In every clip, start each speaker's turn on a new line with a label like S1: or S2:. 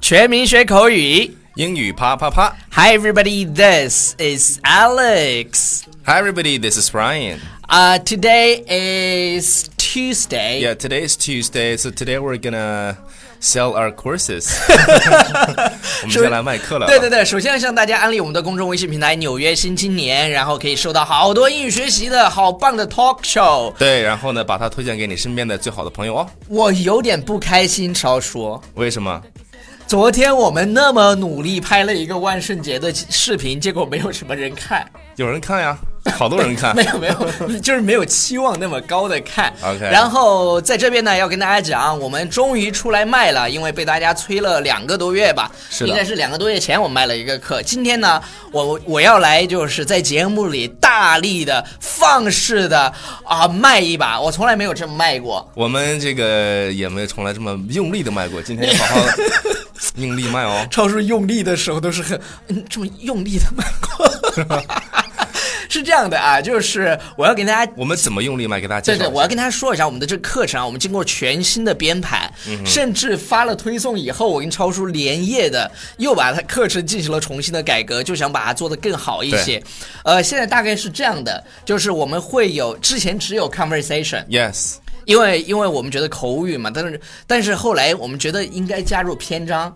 S1: 全民学口语。
S2: 英语啪啪啪
S1: Hi everybody, this is Alex.
S2: ！Hi everybody, this is Ryan.
S1: Uh, today is Tuesday.
S2: Yeah, today is Tuesday, so today we're gonna sell our courses. 我们先来卖课了。
S1: 对对对，首先要向大家安利我们的公众微信平台《纽约新青年》，然后可以收到好多英语学习的好棒的 talk show。
S2: 对，然后呢，把它推荐给你身边的最好的朋友哦。
S1: 我有点不开心，超叔。
S2: 为什么？
S1: 昨天我们那么努力拍了一个万圣节的视频，结果没有什么人看，
S2: 有人看呀，好多人 看
S1: 没。有没有，就是没有期望那么高的看。
S2: OK
S1: 然后在这边呢，要跟大家讲，我们终于出来卖了，因为被大家催了两个多月吧，
S2: 是的
S1: 应该是两个多月前我卖了一个课。今天呢，我我要来就是在节目里大力的放肆的啊卖一把，我从来没有这么卖过。
S2: 我们这个也没有从来这么用力的卖过，今天要 好好用力卖哦。
S1: 超叔用力的时候都是很嗯这么用力的迈过， 是这样的啊，就是我要给大家。
S2: 我们怎么用力卖？给大家
S1: 对
S2: 介绍
S1: 对，
S2: 一下
S1: 我要跟大家说一下，我们的这个课程啊，我们经过全新的编排，
S2: 嗯
S1: 甚至发了推送以后，我跟超叔连夜的又把它课程进行了重新的改革，就想把它做得更好一些。呃，现在大概是这样的，就是我们会有之前只有 conversation，
S2: Yes，
S1: 因为因为我们觉得口语嘛，但是但是后来我们觉得应该加入篇章，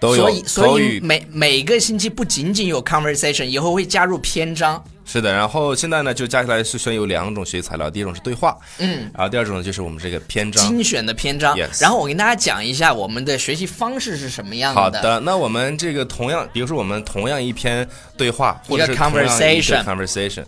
S2: 都有
S1: 所以所
S2: 口
S1: 以
S2: 语
S1: 每每个星期不仅仅有 conversation，以后会加入篇章。
S2: 是的，然后现在呢，就加起来是需要有两种学习材料，第一种是对话，嗯，然后第二种呢就是我们这个篇章。
S1: 精选的篇章
S2: Yes
S1: 然后我跟大家讲一下我们的学习方式是什么样
S2: 好
S1: 的。
S2: 的，那我们这个同样，比如说我们同样一篇对话，
S1: 一
S2: 或
S1: 个
S2: 者是同样一个
S1: conversation
S2: conversation，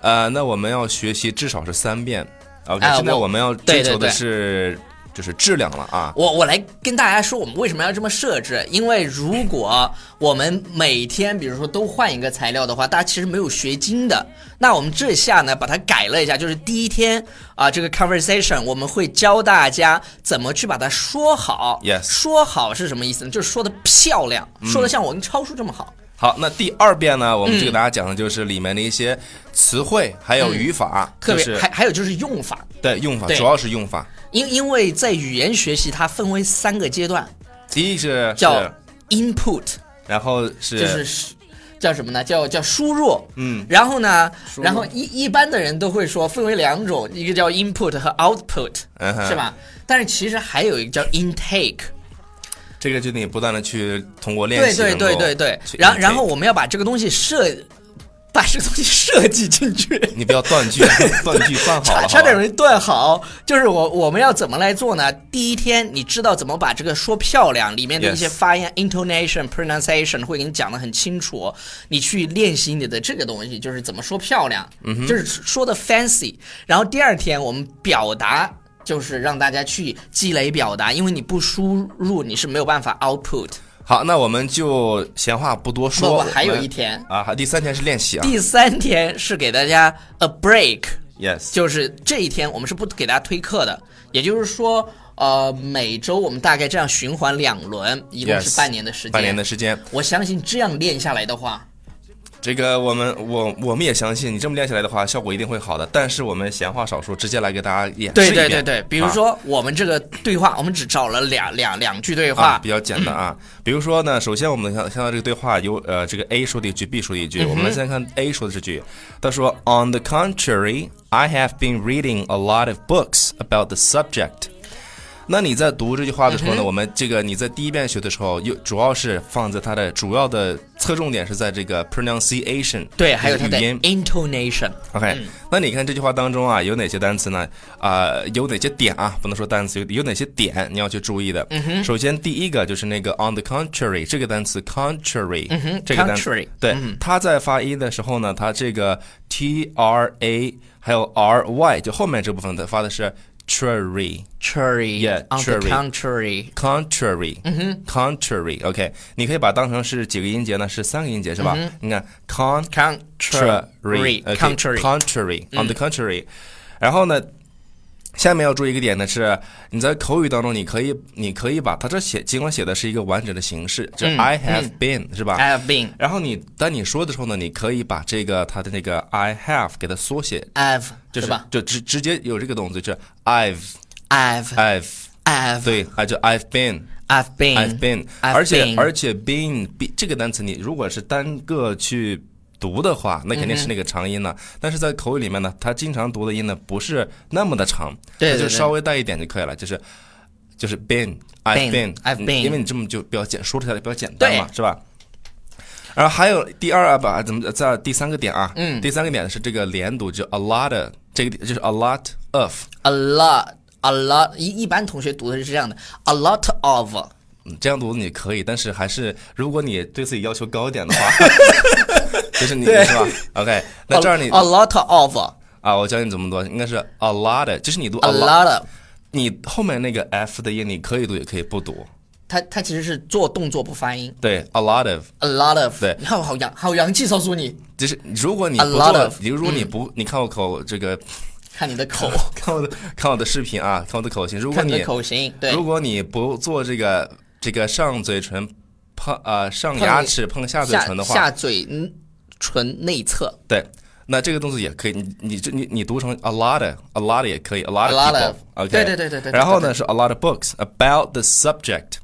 S2: 呃，那我们要学习至少是三遍。OK，、
S1: 哎
S2: 现在
S1: 我
S2: 我们要
S1: 对
S2: 追
S1: 对
S2: 求的
S1: 对
S2: 是就是质量了啊。
S1: 我我来跟大家说，我们为什么要这么设置？因为如果我们每天比如说都换一个材料的话，大家其实没有学精的。那我们这下呢，把它改了一下，就是第一天啊、这个 conversation 我们会教大家怎么去把它说好。
S2: Yes 嗯
S1: 说好是什么意思呢？就是说的漂亮，说的像我跟超叔这么好。
S2: 好，那第二遍呢，我们就给大家讲的就是里面的一些词汇，还有语法，
S1: 嗯特别、
S2: 就是
S1: 还还有就是用法，
S2: 对用法，
S1: 对
S2: 主要是用法。
S1: 因因为在语言学习它分为三个阶段，
S2: 第一是
S1: 叫
S2: 是
S1: input，
S2: 然后是
S1: 就是输叫什么呢？叫叫输入。嗯，然后呢，
S2: 入
S1: 然后一一般的人都会说分为两种，一个叫 input 和 output，、
S2: 嗯哼
S1: 是吧？但是其实还有一个叫 intake。
S2: 这个就得不断的去通过练
S1: 对
S2: 习
S1: 对
S2: 能够
S1: 对对
S2: 去，
S1: 对。然后然后我们要把这个东西设，把这个东西设计进去。
S2: 你不要断句， 断句 断好
S1: 差
S2: 了，
S1: 差点
S2: 好吧
S1: 没断好，就是我我们要怎么来做呢？第一天你知道怎么把这个说漂亮，里面的
S2: Yes
S1: 一些发音、intonation、pronunciation 会给你讲的很清楚。哦你去练习你的这个东西，就是怎么说漂亮，
S2: 嗯
S1: 就是说的 fancy。然后第二天我们表达。就是让大家去积累表达，因为你不输入你是没有办法 output。
S2: 好，那我们就闲话不多说。
S1: 不
S2: 我
S1: 不还有
S2: 们
S1: 一天
S2: 啊，还第三天是练习啊。
S1: 第三天是给大家 a break，
S2: Yes，
S1: 就是这一天我们是不给大家推课的，也就是说，呃，每周我们大概这样循环两轮，一共
S2: Yes，
S1: 是半年的时间。
S2: 半年的，时间，
S1: 我相信这样练下来的话，
S2: 这个我们我我们也相信，你这么练下来的话，效果一定会好的。但是我们闲话少说，直接来给大家演示
S1: 对
S2: 一
S1: 对
S2: 遍。
S1: 对对，比如
S2: 啊
S1: 说我们这个对话，我们只找了两两两句对
S2: 啊
S1: 话，
S2: 比较简单啊。比如说呢，首先我们看看到这个对话有呃，这个 A 说的一句，B 说的一
S1: 嗯
S2: 句。我们先看 A 说的这句，他说：“On the contrary, I have been reading a lot of books about the subject。”那你在读这句话的时
S1: 嗯
S2: 候呢，我们这个你在第一遍学的时候，又主要是放在它的主要的侧重点是在这个 pronunciation，
S1: 对，还有它
S2: 就是
S1: 的
S2: 语音。
S1: intonation。
S2: OK，、那你看这句话当中啊，有哪些单词呢？啊、有哪些点啊？不能说单词，有有哪些点你要去注意的？首先第一个就是那个 on the contrary 这个单词嗯 contrary，、这嗯个单词
S1: contrary，
S2: 对，它在发音的时候呢，它这个 t r a 还有 r y 就后面这部分它发的是 contrary。
S1: Cherry,
S2: Yeah,
S1: on the
S2: cherry
S1: contrary.
S2: Contrary，嗯哼，contrary，OK，、你可以把它当成是几个音节呢？是三个音节是吧？你看 con
S1: Contrary,
S2: okay,
S1: contrary.
S2: contrary 呃
S1: 嗯
S2: on the contrary，、然后呢，下面要注意一个点呢是，你在口语当中，你可以你可以把它这写，尽管写的是一个完整的形式，这 I have been、是吧
S1: 嗯 I have been,
S2: 然后你当你说的时候呢，你可以把这个它的那个 I have 给它缩写，
S1: I've，
S2: 就是是
S1: 吧
S2: 就直直接有这个动作，就是 I've
S1: ？I've,
S2: I've
S1: I've,
S2: 对，啊就 I've been
S1: I've been,
S2: I've been，
S1: I've
S2: 而且
S1: been
S2: 而且 been be 这个单词，你如果是单个去读的话，那肯定是那个长音了。但是在口语里面呢，它经常读的音呢不是那么的长，
S1: 对
S2: 它
S1: 对
S2: 就
S1: 对
S2: 稍微带一点就可以了，就是就是 been I've
S1: Been，
S2: been
S1: I've
S2: 嗯
S1: been
S2: 因为你这么就比较简，说出来比较简单嘛，
S1: 对
S2: 是吧？然后还有第二啊，吧，怎么在第三个点啊？嗯，第三个点是这个连读，就 a lot of 这个就是 a lot of，
S1: a lot a lot，一一般同学读的是这样的，a lot of，
S2: 嗯，这样读你可以，但是还是如果你对自己要求高一点 的话，就是你是吧？OK，那这样你
S1: a lot of，a
S2: 啊，我教你怎么读，应该是
S1: 哦
S2: a lot，of，就是你读 a lot，
S1: lot of，
S2: 你后面那个 f 的音你可以读也可以不读，
S1: 它它其实是做动作不发音
S2: 对 a lot of。
S1: ，a lot of，
S2: 对
S1: 你看我好洋好洋气，告诉你，
S2: 就是如果你
S1: A
S2: 不
S1: lot
S2: 做
S1: of，，嗯
S2: 你如果你不，你看我口 这个，
S1: 看你的口，
S2: 看我的看我的视频啊， 看我的口型。如果
S1: 看你
S2: 你
S1: 的口型，对
S2: 如果你不做这个这个上嘴唇碰呃上
S1: 碰
S2: 牙齿碰下嘴
S1: 下
S2: 唇的话，
S1: 下嘴嗯唇内侧
S2: 对，那这个动作也可以，你你这你你读成 a lot of a lot of 也可以 a lot
S1: A
S2: of
S1: lot
S2: people，
S1: of，
S2: OK，
S1: 对对对对对对
S2: 然后呢是 a lot of books about the subject，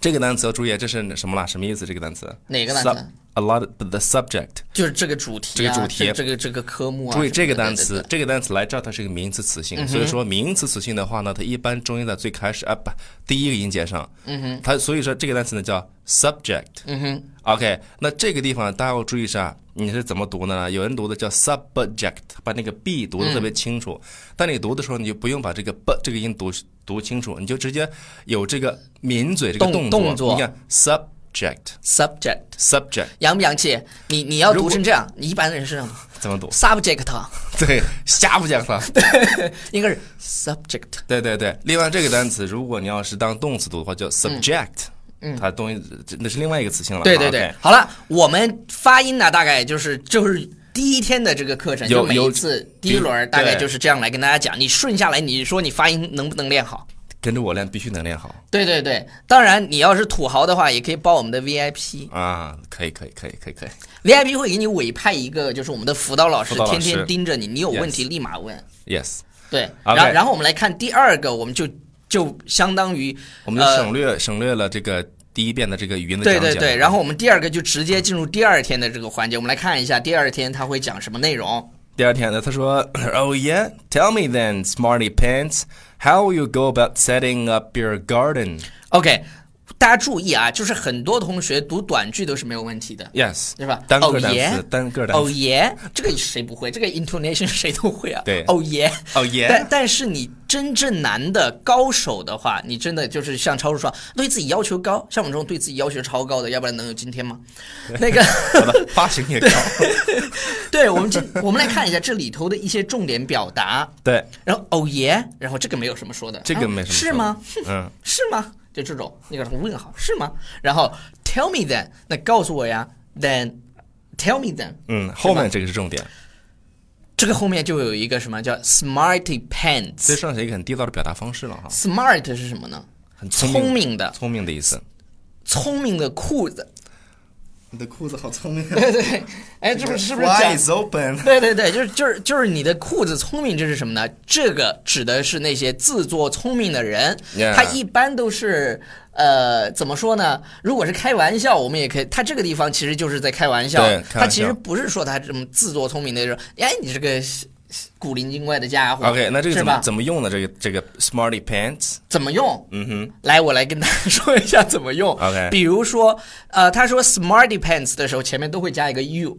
S2: 这个单词要注意，啊这是什么啦？什么意思？这个单词？
S1: 哪个单词
S2: Sub-？a lot of the subject，
S1: 就是这个主题啊，
S2: 这个主题
S1: 这这个这个科目啊，
S2: 注意这个
S1: 什么的
S2: 单词，，这个单词来这儿它是一个名词词
S1: 嗯
S2: 性，所以说名词词性的话呢，它一般重音在最开始啊不第一个音节上，嗯哼，它所以说这个单词呢叫 subject，嗯哼，OK，那这个地方大家要注意一下，你是怎么读的呢？有人读的叫 subject，把那个 b 读
S1: 嗯
S2: 的特别清楚，但你读的时候你就不用把这个 b 这个音读读清楚，你就直接有这个抿嘴这个
S1: 动
S2: 作，
S1: 动作
S2: 你看
S1: 对对
S2: subject
S1: 对 subject。
S2: subject
S1: 洋不洋气？你你要
S2: 如
S1: 读
S2: 果
S1: 成这样，你一般人是这样的
S2: 怎么读？
S1: subject，
S2: 对，瞎不讲了。
S1: 应该是 subject。
S2: 对对对，另外这个单词，如果你要是当动词读的话，叫
S1: 嗯
S2: subject，、它东西这那是另外一个词性了。
S1: 对对
S2: 啊
S1: 对
S2: OK，
S1: 好了，我们发音呢，大概就是就是第一天的这个课程，
S2: 有
S1: 就每
S2: 有
S1: 一次第一轮
S2: 对
S1: 大概就是这样来跟大家讲。你顺下来，你说你发音能不能练好？
S2: 跟着我练，必须能练好
S1: 对对对，当然你要是土豪的话，也可以报我们的 VIP，VIP
S2: 啊！可以可以可以可以可以，
S1: 会给你委派一个，就是我们的辅导老师
S2: 辅导老师
S1: 天天盯着你，你有问题立马问。
S2: Yes，
S1: 对，
S2: OK
S1: 然后然后我们来看第二个，我们就就相当于
S2: 我们就
S1: 呃
S2: 省略、省略了这个第一遍的这个语音的
S1: 对
S2: 讲解
S1: 呃对
S2: 了。
S1: 对，然后我们第二个就直接进入第二天的这个环节，我们来看一下第二天他会讲什么内容。
S2: 第二天呢，他说：“Oh yeah, tell me then, smarty pants, how will you go about setting up your garden?”
S1: OK，大家注意啊，就是很多同学读短句都是没有问题的，
S2: Yes，
S1: 对吧？
S2: 单
S1: 哦
S2: 个单
S1: 耶
S2: 词，单个单
S1: 哦
S2: 词。
S1: 耶，这个谁不会？这个 intonation 谁都会啊。
S2: 对
S1: 哦耶，
S2: Oh yeah
S1: 但但是你真正难的高手的话，你真的就是像超叔说，对自己要求高，像我们这种对自己要求超高的，要不然能有今天吗？那个。
S2: 好的，发型也高。
S1: 对，我们这我们来看一下这里头的一些重点表达。
S2: 对，
S1: 然后哦耶，然后这个没有什么说的，
S2: 这个没什么
S1: 啊
S2: 说的
S1: 是吗？
S2: 嗯，
S1: 是吗？就这种那个什么问号是吗？然后 tell me then，那告诉我呀，then tell me then，
S2: 嗯，后面这个是重点。
S1: 这个后面就有一个什么叫 smarty
S2: 这
S1: pants。
S2: 算是一个很地道的表达方式了哈，
S1: smart 是什么呢？
S2: 很聪
S1: 聪明的，
S2: 聪明的意思。
S1: 聪明的裤子。
S2: 你的裤子好聪明、啊
S1: 对对，对哎， 这不是不是讲
S2: open？
S1: 对对对，就是就是就是你的裤子聪明，这是什么呢？这个指的是那些自作聪明的人
S2: Yeah
S1: 他一般都是呃怎么说呢？如果是开玩笑，我们也可以，他这个地方其实就是在开玩笑
S2: 对，开玩笑
S1: 他其实不是说他这么自作聪明的人，哎，你这个古灵精怪的家伙
S2: OK，那这个
S1: 是
S2: 怎么
S1: 吧？
S2: 怎么用呢？这个这个 smarty pants，
S1: 怎么用？
S2: 嗯哼，
S1: 来，我来跟大家 说一下怎么用。
S2: OK
S1: 比如说，呃，他说 smarty pants 的时候，前面都会加一个 you，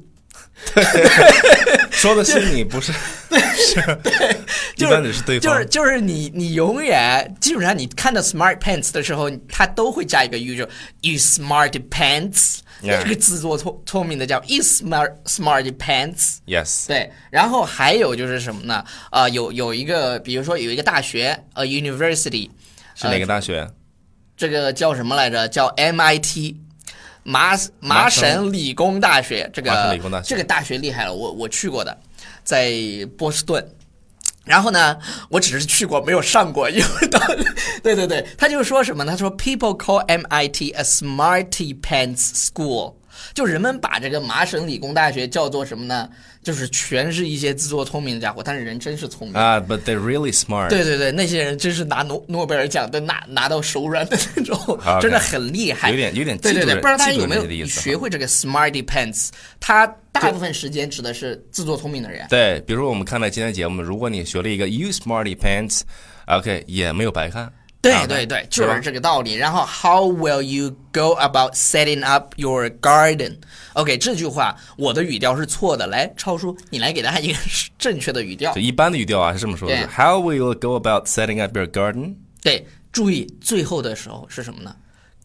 S2: 说的是你 不是，是 一般只是对
S1: 就
S2: 方
S1: 是。就是你你永远基本上你看到 smart pants 的时候，它都会加一个 you，就 you smart pants，
S2: Yeah
S1: 这个自作聪聪明的叫 you smart smart pants。
S2: Yes，
S1: 对，然后还有就是什么呢？啊、有有一个，比如说有一个大学，呃，university，
S2: 是
S1: 呃
S2: 哪个大学？
S1: 这个叫什么来着？叫 MIT，麻麻
S2: 麻省
S1: 省理工大学。这
S2: 麻
S1: 个
S2: 省理工大学
S1: 这个大学厉害了，我我去过的，在波士顿。然后呢，我只是去过，没有上过，因为当 对对对，他就说什么呢？他说 People call MIT a smarty pants school。就人们把这个麻省理工大学叫做什么呢？就是全是一些自作聪明的家伙，但是人真是聪明。
S2: Ah, but they're really smart.
S1: 对对对，那些人真是拿诺诺贝尔奖都拿拿到手软的那种
S2: 啊 OK
S1: 真的很厉害。
S2: 有点有点
S1: 对对
S2: 嫉妒
S1: 对，
S2: 人
S1: 不知道大家有没
S2: 嫉妒
S1: 有
S2: 人的意思哈
S1: 学会这个 smarty pants？它大部分时间指的是自作聪明的人。
S2: 对，比如我们看了今天节目，如果你学了一个 “you smarty pants”，OK，、也没有白看。
S1: 对
S2: 啊
S1: 对对，
S2: 是
S1: 就
S2: 吧
S1: 是这个道理。然后，How will you go about setting up your garden? OK，这句话我的语调是错的，来，超叔，你来给大家一个 正确的语调
S2: 就。一般的语调啊，是这么说的
S1: 对
S2: ：“How will you go about setting up your garden？”
S1: 对，注意最后的时候是什么呢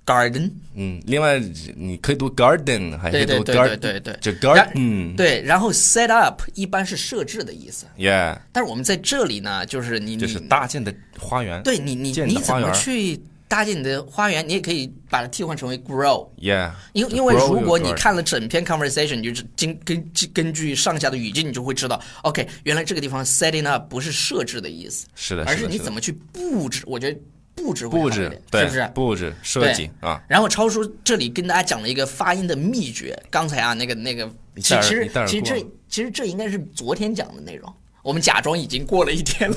S1: ？Garden，
S2: 嗯，另外你可以读 garden，还可以
S1: 对
S2: 读
S1: 对
S2: 哎 garden，
S1: 对对对对，
S2: 就
S1: 然
S2: garden，嗯
S1: 对，然后 set up 一般是设置的意思，
S2: ，yeah，
S1: 但是我们在这里呢，就是你
S2: 就是
S1: 你
S2: 搭建的花园，
S1: 嗯对你你
S2: 建你
S1: 你
S2: 的花
S1: 怎么
S2: 园
S1: 去搭建你的花园？你也可以把它替换成为 grow。
S2: ，yeah，
S1: 因因为如果你看了整篇 conversation，你就知根根根据上下的语境，你就会知道，OK，原哦来这个地方 setting up 不是设置的意思，
S2: 是的，
S1: 而
S2: 是
S1: 是
S2: 的
S1: 你
S2: 的
S1: 怎么去布置。我觉得布置会
S2: 布
S1: 好一
S2: 置
S1: 点，
S2: 对，
S1: 是不是？
S2: 布置设计啊，
S1: 然后超叔这里跟大家讲了一个发音的秘诀，刚才啊那个那个，
S2: 一
S1: 其
S2: 带而
S1: 其
S2: 一
S1: 实
S2: 带而
S1: 其实
S2: 过
S1: 这其实这应该是昨天讲的内容。我们假装已经过了一天了，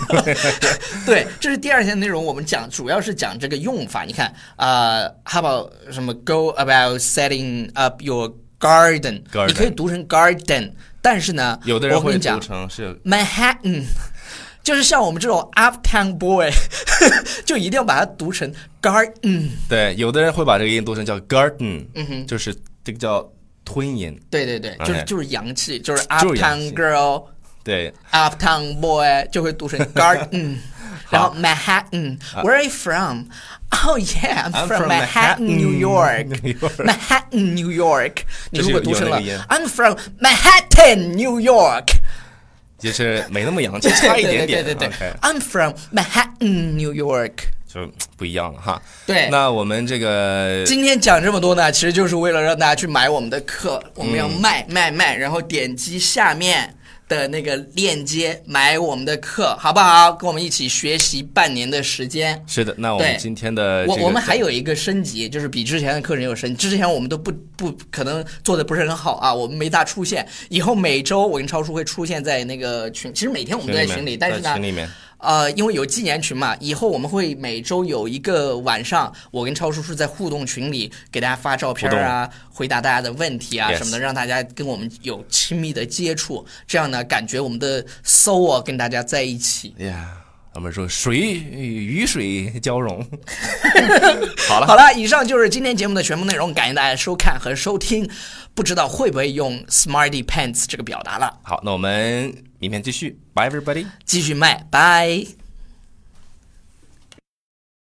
S1: 对，这是第二天内容。我们讲主要是讲这个用法。你看，啊 h o w about 什么 go about setting up your garden？
S2: Garden
S1: 你可以读成 garden，但是呢，
S2: 有的人
S1: 我跟
S2: 会
S1: 你讲
S2: 读成是
S1: Manhattan，就是像我们这种 uptown boy，就一定要把它读成 garden。
S2: 对，有的人会把这个音读成叫 garden，
S1: 嗯哼
S2: 就是这个叫吞音，
S1: 对对对，就是
S2: OK
S1: 就是洋气，就是
S2: 哎就是洋
S1: uptown
S2: 气
S1: girl、
S2: 对
S1: uptown boy 就会读 成 garden，然后 Manhattan。Where are you from? Oh yeah, I'm,
S2: 啊 I'm
S1: from,
S2: from
S1: Manhattan, New
S2: Manhattan,
S1: York.
S2: New York
S1: Manhattan, New York。你
S2: 就是
S1: 如果
S2: 有
S1: 读
S2: 有
S1: 成
S2: 那
S1: 了
S2: 个音
S1: I'm from Manhattan, New York。
S2: 就是没那么洋气， 差一点 点，
S1: 对对对对
S2: OK
S1: 对，I'm from Manhattan, New York。
S2: 就不一样了哈。
S1: 对
S2: 那我们这个
S1: 今天讲这么多呢，其实就是为了让大家去买我们的课，我们要卖、卖卖，然后点击下面的那个链接买我们的课，好不好？跟我们一起学习半年的时间。
S2: 是的，那我们
S1: 对
S2: 今天的
S1: 我
S2: 呃这个
S1: 我们还有一个升级，就是比之前的课程有升级。之前我们都不不可能做的不是很好啊，我们没大出现。以后每周我跟超叔会出现在那个群，其实每天我们
S2: 群
S1: 都在
S2: 里
S1: 群里，
S2: 面，
S1: 但是
S2: 在
S1: 呢
S2: 群，里面
S1: 呃，因为有纪念群嘛，以后我们会每周有一个晚上，我跟超叔是在互动群里给大家发照片啊，回答大家的问题啊
S2: Yes
S1: 什么的，让大家跟我们有亲密的接触，这样呢，感觉我们的 soul 啊跟大家在一起。
S2: 哎呀，我们说水与水交 融。好了，
S1: 好了，以上就是今天节目的全部内容，感谢大家收看和收听。不知道会不会用 smarty pants 这个表达了，
S2: 好，那我们明天继续，Bye everybody。
S1: 继续卖，拜。